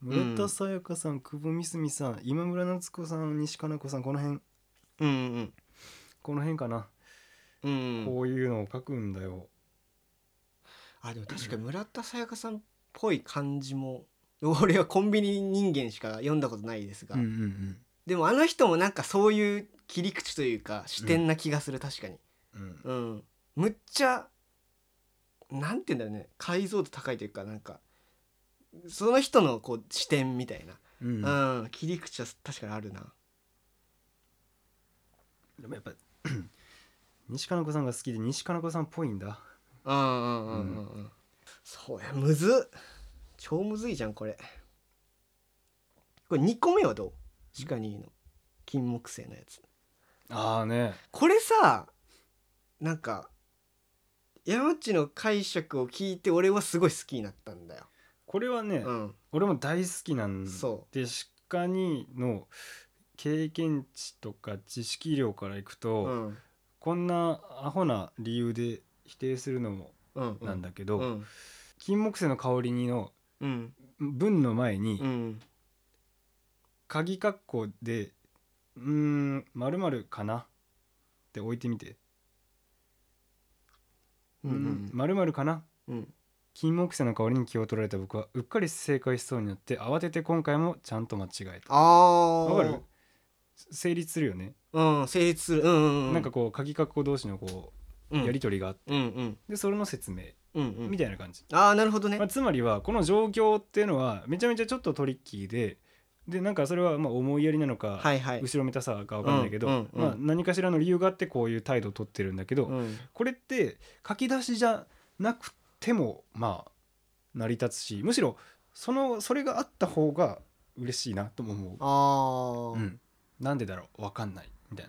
[SPEAKER 1] 村田沙耶香さん久保みすみさん今村夏子さん西加奈子さんこの辺
[SPEAKER 2] うんうん
[SPEAKER 1] この辺かな、
[SPEAKER 2] うん
[SPEAKER 1] こういうのを書くんだよ
[SPEAKER 2] あでも確かに村田沙耶香さんっぽい感じも俺はコンビニ人間しか読んだことないですが、
[SPEAKER 1] うんうんうん
[SPEAKER 2] でもあの人もなんかそういう切り口というか視点な気がする、確かに
[SPEAKER 1] うん
[SPEAKER 2] うんむっちゃなんて言うんだろうね解像度高いというかなんかその人のこう視点みたいな、
[SPEAKER 1] うん
[SPEAKER 2] うん切り口は確かにあるな
[SPEAKER 1] でもやっぱ 西加奈子さんが好きで西加奈子さんっぽいんだ
[SPEAKER 2] うんうんうんうんうんそうやむずっ超むずいじゃんこれこれ2個目はどうシカニーの金木犀のやつ
[SPEAKER 1] ああね
[SPEAKER 2] これさなんか山内の解釈を聞いて俺はすごい好きになったんだよ
[SPEAKER 1] これはね、
[SPEAKER 2] うん
[SPEAKER 1] 俺も大好きなん
[SPEAKER 2] そ
[SPEAKER 1] で鹿にの経験値とか知識量からいくと、
[SPEAKER 2] うん
[SPEAKER 1] こんなアホな理由で否定するのも
[SPEAKER 2] うん
[SPEAKER 1] なんだけ
[SPEAKER 2] う
[SPEAKER 1] ど、
[SPEAKER 2] ん
[SPEAKER 1] 金木犀の香りにの
[SPEAKER 2] うん
[SPEAKER 1] 文の前に、
[SPEAKER 2] うん
[SPEAKER 1] 鍵括弧で「うーんまるかな」って置いてみて「
[SPEAKER 2] うんうん
[SPEAKER 1] まるかな」
[SPEAKER 2] うん
[SPEAKER 1] 金木犀の香りに気を取られた僕はうっかり正解しそうになって慌てて今回もちゃんと間違えた
[SPEAKER 2] ああ
[SPEAKER 1] わかる成立するよね、
[SPEAKER 2] うん成立するうんうんうん
[SPEAKER 1] なんかこう鍵括弧同士のこ
[SPEAKER 2] う
[SPEAKER 1] うんやり取りがあって、
[SPEAKER 2] うんうん
[SPEAKER 1] でそれの説明
[SPEAKER 2] うんうん
[SPEAKER 1] みたいな感じ、
[SPEAKER 2] ああなるほどね
[SPEAKER 1] まあ、つまりはこの状況っていうのはめちゃめちゃちょっとトリッキーででなんかそれはまあ思いやりなのか、
[SPEAKER 2] はいはい
[SPEAKER 1] 後ろめたさかわかんないけど、
[SPEAKER 2] うんうんうん
[SPEAKER 1] まあ、何かしらの理由があってこういう態度を取ってるんだけど、
[SPEAKER 2] うん
[SPEAKER 1] これって書き出しじゃなくてもまあ成り立つしむしろそのそれがあった方が嬉しいなとも思う。
[SPEAKER 2] あ
[SPEAKER 1] う
[SPEAKER 2] あ、
[SPEAKER 1] ん、なんでだろうわかんないみたい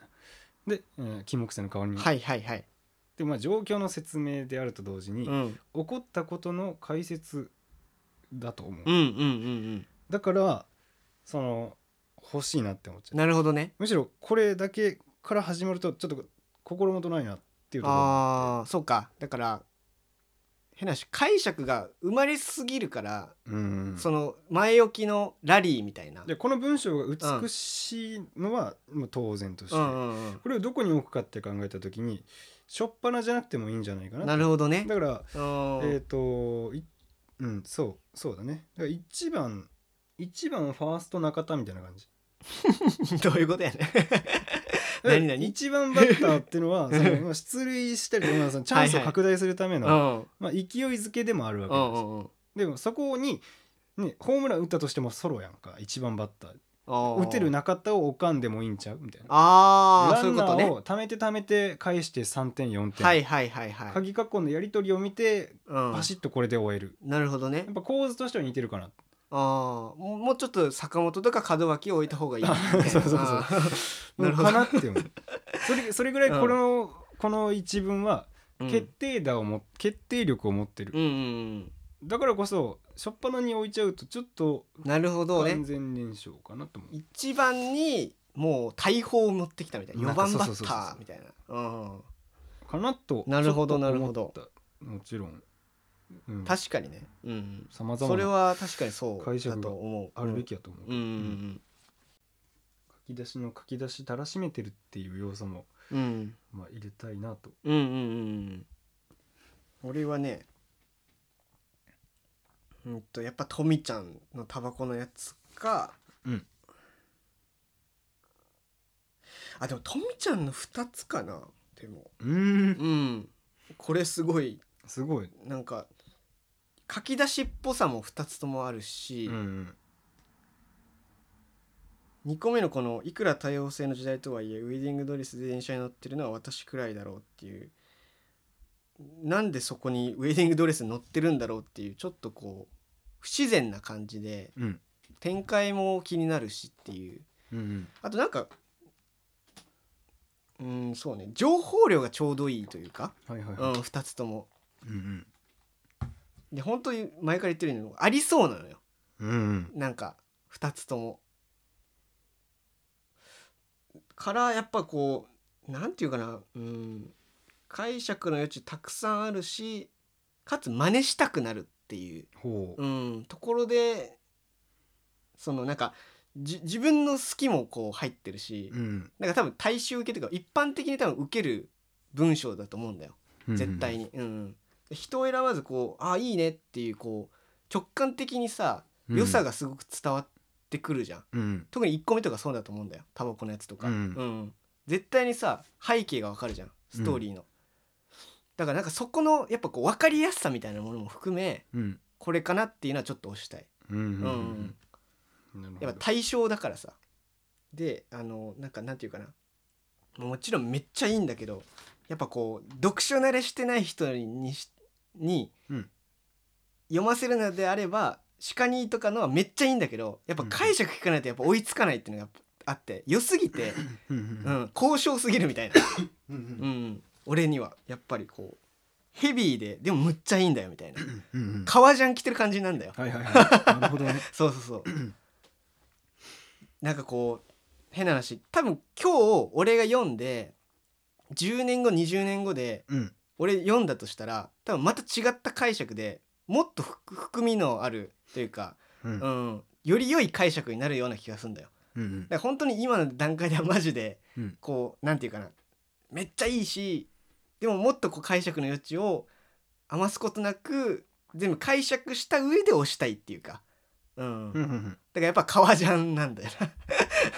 [SPEAKER 1] な。で、うん、金木犀の代わりに、
[SPEAKER 2] はいはいはい、
[SPEAKER 1] でまあ、状況の説明であると同時に、
[SPEAKER 2] うん、うん
[SPEAKER 1] 起こったことの解説だと思う、
[SPEAKER 2] うんうん
[SPEAKER 1] だからその欲しいなって思っち
[SPEAKER 2] う
[SPEAKER 1] ゃ
[SPEAKER 2] ん
[SPEAKER 1] う
[SPEAKER 2] なるほどね
[SPEAKER 1] むしろこれだけから始まるとちょっと心もとないなっていうところがあ
[SPEAKER 2] ああーそうかだから変なし解釈が生まれすぎるから、
[SPEAKER 1] ってうん
[SPEAKER 2] その前置きのラリーみたいな
[SPEAKER 1] でこの文章が美しいのはもう当然として、
[SPEAKER 2] うんうん
[SPEAKER 1] これをどこに置くかって考えた時に初っ端じゃなくてもいいんじゃないか
[SPEAKER 2] う
[SPEAKER 1] なん
[SPEAKER 2] なるほどね
[SPEAKER 1] だから
[SPEAKER 2] うん
[SPEAKER 1] えっ、というんそうそうだねだから1番1番ファースト中田みたいな感じ
[SPEAKER 2] どういうことやね何々
[SPEAKER 1] 一番バッターっていうのはその まあ出塁したりとかまあそのチャンスを拡大するため
[SPEAKER 2] う
[SPEAKER 1] の
[SPEAKER 2] ん
[SPEAKER 1] まあ、勢いづけでもあるわ
[SPEAKER 2] う
[SPEAKER 1] け
[SPEAKER 2] ん
[SPEAKER 1] なんですよ
[SPEAKER 2] うんうん
[SPEAKER 1] でもそこに、ね、ホームラン打ったとしてもソロやんか一番バッター打てる
[SPEAKER 2] な
[SPEAKER 1] 中田を置かんでもいいんちゃうみたいな。
[SPEAKER 2] あー
[SPEAKER 1] ラ
[SPEAKER 2] そうい
[SPEAKER 1] ン
[SPEAKER 2] うこ
[SPEAKER 1] ナ
[SPEAKER 2] と
[SPEAKER 1] ー
[SPEAKER 2] ね
[SPEAKER 1] を貯めて貯めて返して3点4点、
[SPEAKER 2] はいはいはいはい、
[SPEAKER 1] 鍵括弧のやり取りを見て
[SPEAKER 2] うん
[SPEAKER 1] パ、シッとこれで終える、
[SPEAKER 2] なるほどね
[SPEAKER 1] やっぱ構図としては似てるかな、
[SPEAKER 2] ああもうもうちょっと坂本とか門脇を置いた方がいい、ね
[SPEAKER 1] そうそうそう
[SPEAKER 2] あーなるほど
[SPEAKER 1] かなって思うそれそれ ぐらいこの、この一文は
[SPEAKER 2] うん
[SPEAKER 1] 決定打をも、決定力を持ってる
[SPEAKER 2] うんうん
[SPEAKER 1] だからこそ初っ端に置いちゃうとちょっと
[SPEAKER 2] うんなるほどね
[SPEAKER 1] 完全燃焼かなと思う
[SPEAKER 2] 一番にもう大砲を持ってきたみたいな
[SPEAKER 1] なん
[SPEAKER 2] 4
[SPEAKER 1] か
[SPEAKER 2] 番バ
[SPEAKER 1] そうそ
[SPEAKER 2] ッ
[SPEAKER 1] う
[SPEAKER 2] タ
[SPEAKER 1] そうそ
[SPEAKER 2] ー
[SPEAKER 1] う
[SPEAKER 2] みたいな、うん、
[SPEAKER 1] かなと
[SPEAKER 2] なるほど
[SPEAKER 1] ちょっと思
[SPEAKER 2] なるほ
[SPEAKER 1] ったもちろん、うん、
[SPEAKER 2] 確かにね、うん、
[SPEAKER 1] さまざま
[SPEAKER 2] それ
[SPEAKER 1] な
[SPEAKER 2] は確かにそう
[SPEAKER 1] 解
[SPEAKER 2] だ
[SPEAKER 1] 釈が
[SPEAKER 2] と思う
[SPEAKER 1] あるべきやと思う、
[SPEAKER 2] うんうん
[SPEAKER 1] 書き出しの書き出したらしめてるっていう要素も、
[SPEAKER 2] うんうん
[SPEAKER 1] まあ、入れたいなと
[SPEAKER 2] うんうんうんうん俺はねうんとやっぱとみちゃんのタバコのやつか、
[SPEAKER 1] うん
[SPEAKER 2] あでもとみちゃんの2つかなでも
[SPEAKER 1] うん
[SPEAKER 2] うんこれすごい
[SPEAKER 1] すごい、
[SPEAKER 2] なんか書き出しっぽさも2つともあるし
[SPEAKER 1] う、ん、
[SPEAKER 2] 2個目のこの「いくら多様性の時代とはいえウェディングドレスで電車に乗ってるのは私くらいだろう」っていうなんでそこにウェディングドレスに乗ってるんだろうっていうちょっとこう不自然な感じで
[SPEAKER 1] うん
[SPEAKER 2] 展開も気になるしっていう
[SPEAKER 1] うん
[SPEAKER 2] あとなんかうんそうね情報量がちょうどいいというか、
[SPEAKER 1] はいはい
[SPEAKER 2] うん、
[SPEAKER 1] は
[SPEAKER 2] 2つとも
[SPEAKER 1] いうん
[SPEAKER 2] で本当に前から言ってるのありそうなのよ
[SPEAKER 1] うんうん
[SPEAKER 2] なんか2つとも。からやっぱこうなんていうかなうん解釈の余地たくさんあるしかつ真似したくなるっていう、
[SPEAKER 1] ほう
[SPEAKER 2] うん、ところでそのなんかじ自分の好きもこう入ってるし、
[SPEAKER 1] うん
[SPEAKER 2] なんか多分大衆受けというか一般的に多分受ける文章だと思うんだよ。
[SPEAKER 1] うん
[SPEAKER 2] 絶対に、うん人を選ばずこうあいいねっていうこう直感的にさ
[SPEAKER 1] うん
[SPEAKER 2] 良さがすごく伝わってくるじゃん、
[SPEAKER 1] うん
[SPEAKER 2] 特に1個目とかそうだと思うんだよタバコのやつとか、
[SPEAKER 1] うん
[SPEAKER 2] 絶対にさ背景がわかるじゃんストーリーの、だからなんかそこのやっぱこう分かりやすさみたいなものも含め
[SPEAKER 1] うん
[SPEAKER 2] これかなっていうのはちょっと推したい
[SPEAKER 1] うんうん
[SPEAKER 2] う
[SPEAKER 1] う
[SPEAKER 2] ん
[SPEAKER 1] んなるほど
[SPEAKER 2] やっぱ対象だからさであのなんかなんていうかなもちろんめっちゃいいんだけどやっぱこう読書慣れしてない人にしに、
[SPEAKER 1] うん
[SPEAKER 2] 読ませるのであれば「シカニー」とかのはめっちゃいいんだけどやっぱ解釈聞かないとやっぱ追いつかないっていうのがあって良す ぎて、
[SPEAKER 1] うんう
[SPEAKER 2] うんん、高尚すぎるみたいな、
[SPEAKER 1] うんう
[SPEAKER 2] うんん、俺にはやっぱりこうヘビーででもむっちゃいいんだよみた いな
[SPEAKER 1] うんうん
[SPEAKER 2] 革ジャン着てる感じなんだよ。
[SPEAKER 1] はいはいはいなるほどね
[SPEAKER 2] そうそうそう なんかこう変な話多分今日俺が読んで10年後20年後で
[SPEAKER 1] うん
[SPEAKER 2] 俺読んだとしたら多分また違った解釈でもっとふく含みのあるというか、
[SPEAKER 1] う
[SPEAKER 2] うんん、より良い解釈になるような気がするんだよ。
[SPEAKER 1] うん
[SPEAKER 2] だから本当に今の段階ではマジで
[SPEAKER 1] うん
[SPEAKER 2] こうなんていうかなめっちゃいいしでももっとこう解釈の余地を余すことなく全部解釈した上で押したいっていうか、うん、
[SPEAKER 1] うんうんうん
[SPEAKER 2] だからやっぱ革ジャンなんだよ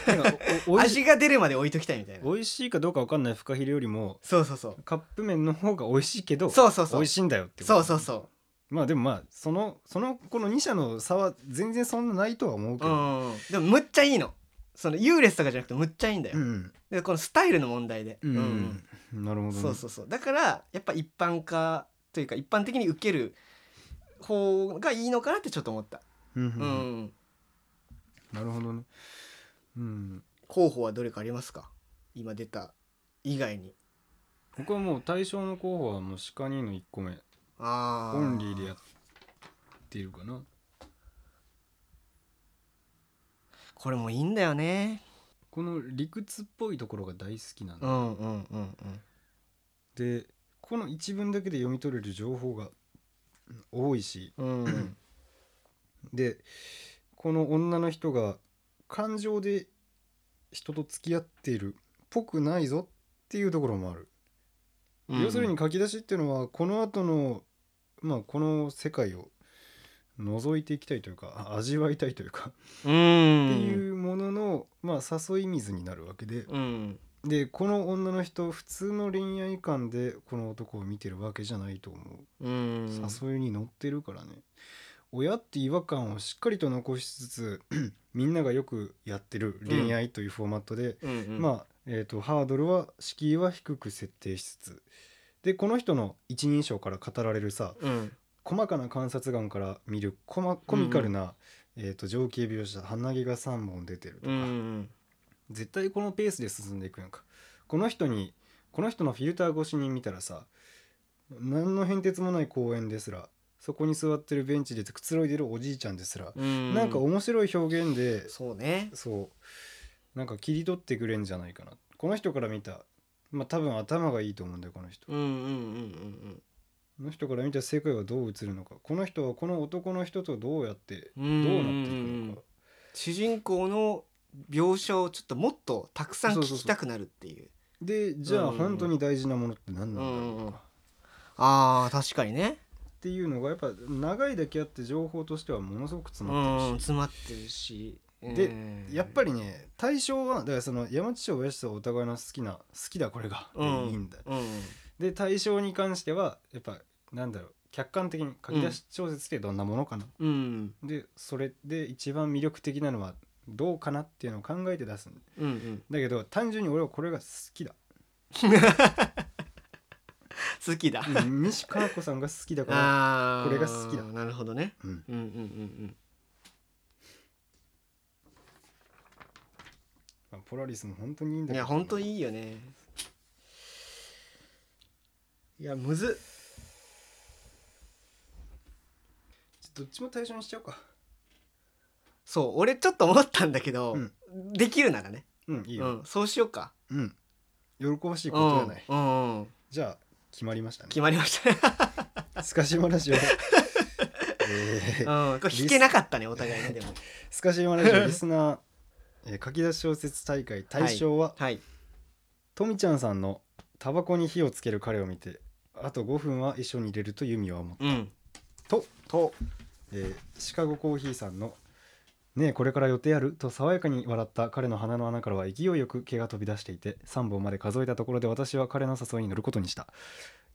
[SPEAKER 1] なんかおお
[SPEAKER 2] な
[SPEAKER 1] おいし
[SPEAKER 2] 味が出るまで置いときたいみたいな
[SPEAKER 1] 美味しいかどうかわかんないフカヒレよりも
[SPEAKER 2] そうそうそう
[SPEAKER 1] カップ麺の方が美味しいけど
[SPEAKER 2] そうそうそ
[SPEAKER 1] 美
[SPEAKER 2] う
[SPEAKER 1] 味しいんだよってこと
[SPEAKER 2] そうそうそ
[SPEAKER 1] まあでもまあそのそのこの2社の差は全然そんなないとは思うけ
[SPEAKER 2] うう
[SPEAKER 1] ど
[SPEAKER 2] んでもむっちゃいいのその優劣とかじゃなくてむっちゃいいんだよ、
[SPEAKER 1] うん
[SPEAKER 2] でこのスタイルの問題で、
[SPEAKER 1] うんう
[SPEAKER 2] うん
[SPEAKER 1] んなるほどね
[SPEAKER 2] そうそうそうだからやっぱ一般化というか一般的に受ける方がいいのかなってちょっと思った
[SPEAKER 1] うんう
[SPEAKER 2] うん、
[SPEAKER 1] んなるほどねうん
[SPEAKER 2] 候補はどれかありますか今出た以外に
[SPEAKER 1] 僕はもう対象の候補はもう鹿2の1個目
[SPEAKER 2] あ
[SPEAKER 1] オ
[SPEAKER 2] ー
[SPEAKER 1] ンリーでやってるかな
[SPEAKER 2] これもいいんだよね
[SPEAKER 1] この理屈っぽいところが大好きな
[SPEAKER 2] う
[SPEAKER 1] の
[SPEAKER 2] んうんうんうん
[SPEAKER 1] でこの一文だけで読み取れる情報が多いし
[SPEAKER 2] うん、
[SPEAKER 1] でこの女の人が感情で人と付き合っているっぽくないぞっていうところもある、要するに書き出しっていうのはこの後のまあこの世界を覗いていきたいというかあ味わいたいというか、って
[SPEAKER 2] うん
[SPEAKER 1] いうものの、まあ、誘い水になるわけで
[SPEAKER 2] うん
[SPEAKER 1] でこの女の人普通の恋愛観でこの男を見てるわけじゃないと思う
[SPEAKER 2] うん
[SPEAKER 1] 誘いに乗ってるからね、親って違和感をしっかりと残しつつ みんながよくやってる恋愛というフォーマットで、
[SPEAKER 2] うんうん
[SPEAKER 1] まあ、えー、とハードルは敷居は低く設定しつつでこの人の一人称から語られるさ
[SPEAKER 2] うん
[SPEAKER 1] 細かな観察眼から見るコマコミカルな、えー、と情景描写鼻毛が3本出てると
[SPEAKER 2] う
[SPEAKER 1] か、
[SPEAKER 2] ん
[SPEAKER 1] 絶対このペースで進んでいくやんかこの人にこの人のフィルター越しに見たらさ何の変哲もない公園ですらそこに座ってるベンチでくつろいでるおじいちゃんですら、
[SPEAKER 2] うん
[SPEAKER 1] なんか面白い表現で
[SPEAKER 2] そうね
[SPEAKER 1] そうなんか切り取ってくれんじゃないかなこの人から見たまあ多分頭がいいと思うんだよこの人
[SPEAKER 2] うんうんうん
[SPEAKER 1] この人から見た世界はどう映るのかこの人はこの男の人とどうやって
[SPEAKER 2] うんう
[SPEAKER 1] どうんな
[SPEAKER 2] うん
[SPEAKER 1] っていく
[SPEAKER 2] うんう
[SPEAKER 1] の
[SPEAKER 2] ん
[SPEAKER 1] か
[SPEAKER 2] 主人公の描写をちょっともっとたくさん
[SPEAKER 1] そうそうそう
[SPEAKER 2] 聞きたくなるっていう
[SPEAKER 1] でじゃ
[SPEAKER 2] うん
[SPEAKER 1] あ
[SPEAKER 2] うんうん
[SPEAKER 1] 本当に大事なものって何なんだろう
[SPEAKER 2] うんう
[SPEAKER 1] と
[SPEAKER 2] ん
[SPEAKER 1] か
[SPEAKER 2] あー確かにね
[SPEAKER 1] っていうのがやっぱ長いだけあって情報としてはものすごく
[SPEAKER 2] う
[SPEAKER 1] 詰まって
[SPEAKER 2] ん
[SPEAKER 1] るし、
[SPEAKER 2] 詰まってるし
[SPEAKER 1] で
[SPEAKER 2] うん
[SPEAKER 1] やっぱりね対象はだからその山地と親父とお互いの好きな好きだこれが、
[SPEAKER 2] う
[SPEAKER 1] でいいんだ
[SPEAKER 2] うん
[SPEAKER 1] で対象に関してはやっぱなんだろう客観的に書き出し小説ってどんなものかな、
[SPEAKER 2] うん
[SPEAKER 1] でそれで一番魅力的なのはどうかなっていうのを考えて出すんだ
[SPEAKER 2] うんうん
[SPEAKER 1] だけど単純に俺はこれが好きだ
[SPEAKER 2] 好きだ
[SPEAKER 1] うん西川子さんが好きだから、
[SPEAKER 2] あー
[SPEAKER 1] これが好きだ
[SPEAKER 2] なるほどね
[SPEAKER 1] うん、
[SPEAKER 2] うんうんうん
[SPEAKER 1] まあポラリスも本当にいいん
[SPEAKER 2] う
[SPEAKER 1] だ
[SPEAKER 2] ん
[SPEAKER 1] けど
[SPEAKER 2] いやほんといいよねいやむずっ
[SPEAKER 1] どっちも対象にしちゃおうか
[SPEAKER 2] そう俺ちょっと思ったんだけど、
[SPEAKER 1] うん
[SPEAKER 2] できるならね
[SPEAKER 1] うんいいよ、
[SPEAKER 2] うん、そうしようか
[SPEAKER 1] うん。喜ばしいこと
[SPEAKER 2] うん
[SPEAKER 1] じゃない。
[SPEAKER 2] うんうん
[SPEAKER 1] じゃあ、決まりました
[SPEAKER 2] 決
[SPEAKER 1] ね。
[SPEAKER 2] まりましたね、
[SPEAKER 1] スカシマラ ジオ。えー、
[SPEAKER 2] うん、これ引けなかったねお互いね でも
[SPEAKER 1] スカシマラジオリスナー、えー書き出し小説大会大賞は、
[SPEAKER 2] はい
[SPEAKER 1] とみちゃんさんのタバコに火をつける彼を見て、あと5分は一緒に入れるとユミは思う。
[SPEAKER 2] うん
[SPEAKER 1] と、
[SPEAKER 2] と
[SPEAKER 1] えーシカゴコーヒーさんのねえこれから予定あると爽やかに笑った彼の鼻の穴からは勢いよく毛が飛び出していて3本まで数えたところで私は彼の誘いに乗ることにした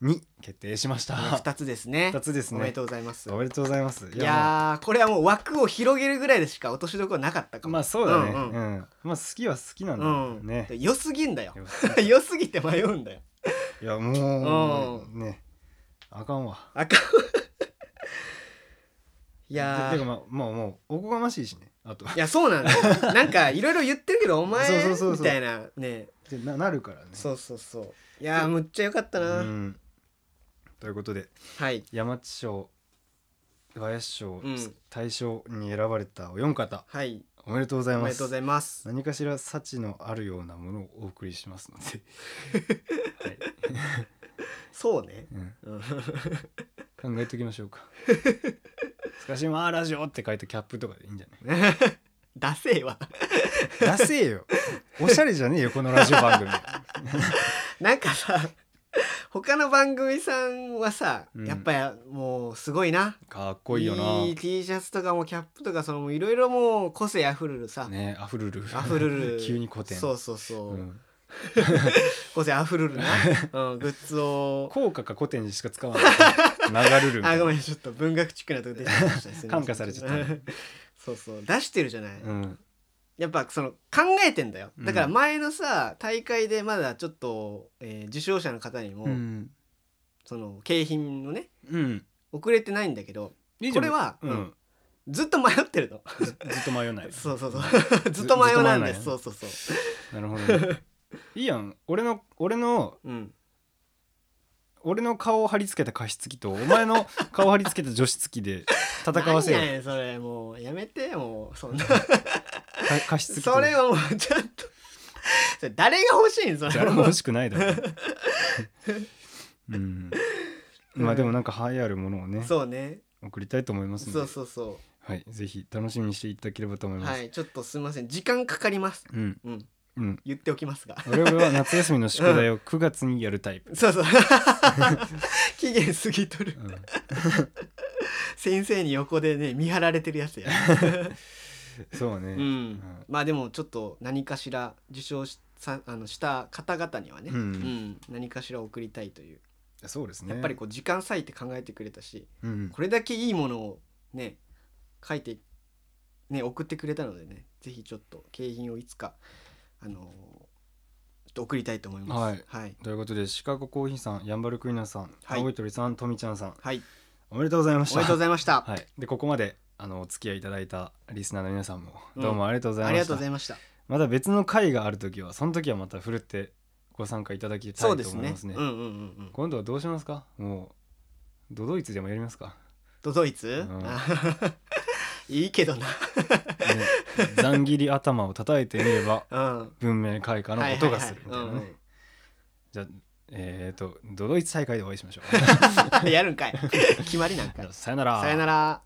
[SPEAKER 1] に決定しました
[SPEAKER 2] 2つですね
[SPEAKER 1] 2つですね
[SPEAKER 2] おめでとうございます
[SPEAKER 1] おめでとうございます
[SPEAKER 2] いやーこれはもう枠を広げるぐらいでしか落としどころなかったか
[SPEAKER 1] まあま
[SPEAKER 2] も
[SPEAKER 1] あそうだね、
[SPEAKER 2] う
[SPEAKER 1] うんん
[SPEAKER 2] うん
[SPEAKER 1] まあ好きは好きなんだ
[SPEAKER 2] うん
[SPEAKER 1] ね、
[SPEAKER 2] 良すぎんだよ
[SPEAKER 1] いや
[SPEAKER 2] 良すぎて迷うんだよ
[SPEAKER 1] いやもうねあかんわ
[SPEAKER 2] あかんいや
[SPEAKER 1] て
[SPEAKER 2] ー
[SPEAKER 1] かまあまあもうおこがましいしねあと
[SPEAKER 2] いやそうなんだよなんかいろいろ言ってるけどお前
[SPEAKER 1] そうそうそう
[SPEAKER 2] み
[SPEAKER 1] そう
[SPEAKER 2] たいなね
[SPEAKER 1] でななるからね
[SPEAKER 2] そうそうそういやーむっちゃ良かったな、
[SPEAKER 1] うん、ということで
[SPEAKER 2] はい
[SPEAKER 1] 山地賞林賞、
[SPEAKER 2] うん
[SPEAKER 1] 大賞に選ばれたお四方
[SPEAKER 2] はい
[SPEAKER 1] おめでとうござい
[SPEAKER 2] おめ
[SPEAKER 1] ま
[SPEAKER 2] でとうご
[SPEAKER 1] す
[SPEAKER 2] ざいます
[SPEAKER 1] 何かしら幸のあるようなものをお送りしますので、はい
[SPEAKER 2] そうね
[SPEAKER 1] うん
[SPEAKER 2] うん
[SPEAKER 1] 考えときましょう か「スカシ マラジオ」って書いたキャップとかでいいんじゃない
[SPEAKER 2] ダセえわ
[SPEAKER 1] ダセえよおしゃれじゃねえよこのラジオ番組
[SPEAKER 2] なんかさ他の番組さんはさ、
[SPEAKER 1] うん
[SPEAKER 2] やっぱりもうすごいな
[SPEAKER 1] かっこいいよない
[SPEAKER 2] T シャツとかもキャップとかそのいろいろもう個性あふれるさ、
[SPEAKER 1] ねアフルル
[SPEAKER 2] あふれる
[SPEAKER 1] 急に古典
[SPEAKER 2] そうそうそう、
[SPEAKER 1] うん
[SPEAKER 2] 個性あ ふれるな、うん、グッズを
[SPEAKER 1] 効果か古典しか使わない流れるみた
[SPEAKER 2] あ
[SPEAKER 1] いな
[SPEAKER 2] ごめんちょっと文学チックなとこ出てきましたすいませ ん
[SPEAKER 1] 感化されちゃった
[SPEAKER 2] そうそう出してるじゃない、
[SPEAKER 1] うん
[SPEAKER 2] やっぱその考えてんだよだから前のさ大会でまだちょっと、えー受賞者の方にも、
[SPEAKER 1] うん
[SPEAKER 2] その景品のね
[SPEAKER 1] うん
[SPEAKER 2] 遅れてないんだけど
[SPEAKER 1] いいじ
[SPEAKER 2] こ
[SPEAKER 1] ゃん
[SPEAKER 2] れは、
[SPEAKER 1] う
[SPEAKER 2] うんんずっと迷ってるの
[SPEAKER 1] ずずっと迷わない
[SPEAKER 2] そうそうそうずっと迷うなんで
[SPEAKER 1] ず
[SPEAKER 2] す
[SPEAKER 1] ずっと迷わない
[SPEAKER 2] そうそうそう
[SPEAKER 1] なるほど ねいいやん俺の俺の
[SPEAKER 2] うん
[SPEAKER 1] 俺の顔を貼り付けた加湿器とお前の顔を貼り付けた除湿器で戦わせ よ
[SPEAKER 2] 何や
[SPEAKER 1] う
[SPEAKER 2] ねんそれもうやめてもうそ んな
[SPEAKER 1] か加湿器と
[SPEAKER 2] それはもうちょっと それ誰が欲しいんそれ
[SPEAKER 1] 誰も欲しくないだ ろう、うん、まあでもなんか栄えあるものをね
[SPEAKER 2] そうね
[SPEAKER 1] 送りたいと思いますので
[SPEAKER 2] そうそうそ
[SPEAKER 1] はい、ぜひ楽しみにしていただければと思いうます、
[SPEAKER 2] はいちょっとすみません時間かかります
[SPEAKER 1] うん
[SPEAKER 2] うん
[SPEAKER 1] うん
[SPEAKER 2] 言っておきますが
[SPEAKER 1] 我々は夏休みの宿題 を9月にやるタイプ、
[SPEAKER 2] そう そう期限過ぎとる
[SPEAKER 1] うん
[SPEAKER 2] 先生に横でね見張られてるやつや
[SPEAKER 1] そうね、
[SPEAKER 2] うん、まあでもちょっと何かしら受賞しさあのした方々にはね、
[SPEAKER 1] うん
[SPEAKER 2] 何かしら送りたいという
[SPEAKER 1] そうですね
[SPEAKER 2] やっぱりこう時間割いて考えてくれたし、
[SPEAKER 1] う、ん、
[SPEAKER 2] これだけいいものをね書いて、ね、送ってくれたのでねぜひちょっと景品をいつか、あのーちょっと送りたいと思います。
[SPEAKER 1] はい
[SPEAKER 2] はい、
[SPEAKER 1] ということでシカゴコーヒーさんヤンバルクイナさん、
[SPEAKER 2] はい
[SPEAKER 1] 青い鳥さんとみちゃんさん
[SPEAKER 2] はい
[SPEAKER 1] おめでとうございまし
[SPEAKER 2] お
[SPEAKER 1] た
[SPEAKER 2] めでとうございました、
[SPEAKER 1] はい、でここまであのお付き合いいただいたリスナーの皆さんも
[SPEAKER 2] うん
[SPEAKER 1] どうもありがとうござ
[SPEAKER 2] あ
[SPEAKER 1] い
[SPEAKER 2] り
[SPEAKER 1] ま
[SPEAKER 2] が
[SPEAKER 1] した、
[SPEAKER 2] とうございました。
[SPEAKER 1] また別の回があるときはその時はまたふるってご参加いただきたいと
[SPEAKER 2] そ
[SPEAKER 1] 思
[SPEAKER 2] うです
[SPEAKER 1] い
[SPEAKER 2] ね
[SPEAKER 1] ますね
[SPEAKER 2] うんうんうんうん。
[SPEAKER 1] 今度はどうしますかもうドドイツでもやりますか、
[SPEAKER 2] ドドイツ、
[SPEAKER 1] ん
[SPEAKER 2] いいけどな。
[SPEAKER 1] ね、ざん切り頭を叩いてみれば
[SPEAKER 2] うん。
[SPEAKER 1] 文明開化の音がするみた
[SPEAKER 2] はいい
[SPEAKER 1] な
[SPEAKER 2] はいはい
[SPEAKER 1] ねじゃあえっ、ー、とドドイツ大会でお会いしましょ
[SPEAKER 2] うんうんやるんかい。決まりなんか
[SPEAKER 1] う
[SPEAKER 2] い。
[SPEAKER 1] さよなら
[SPEAKER 2] さよなら。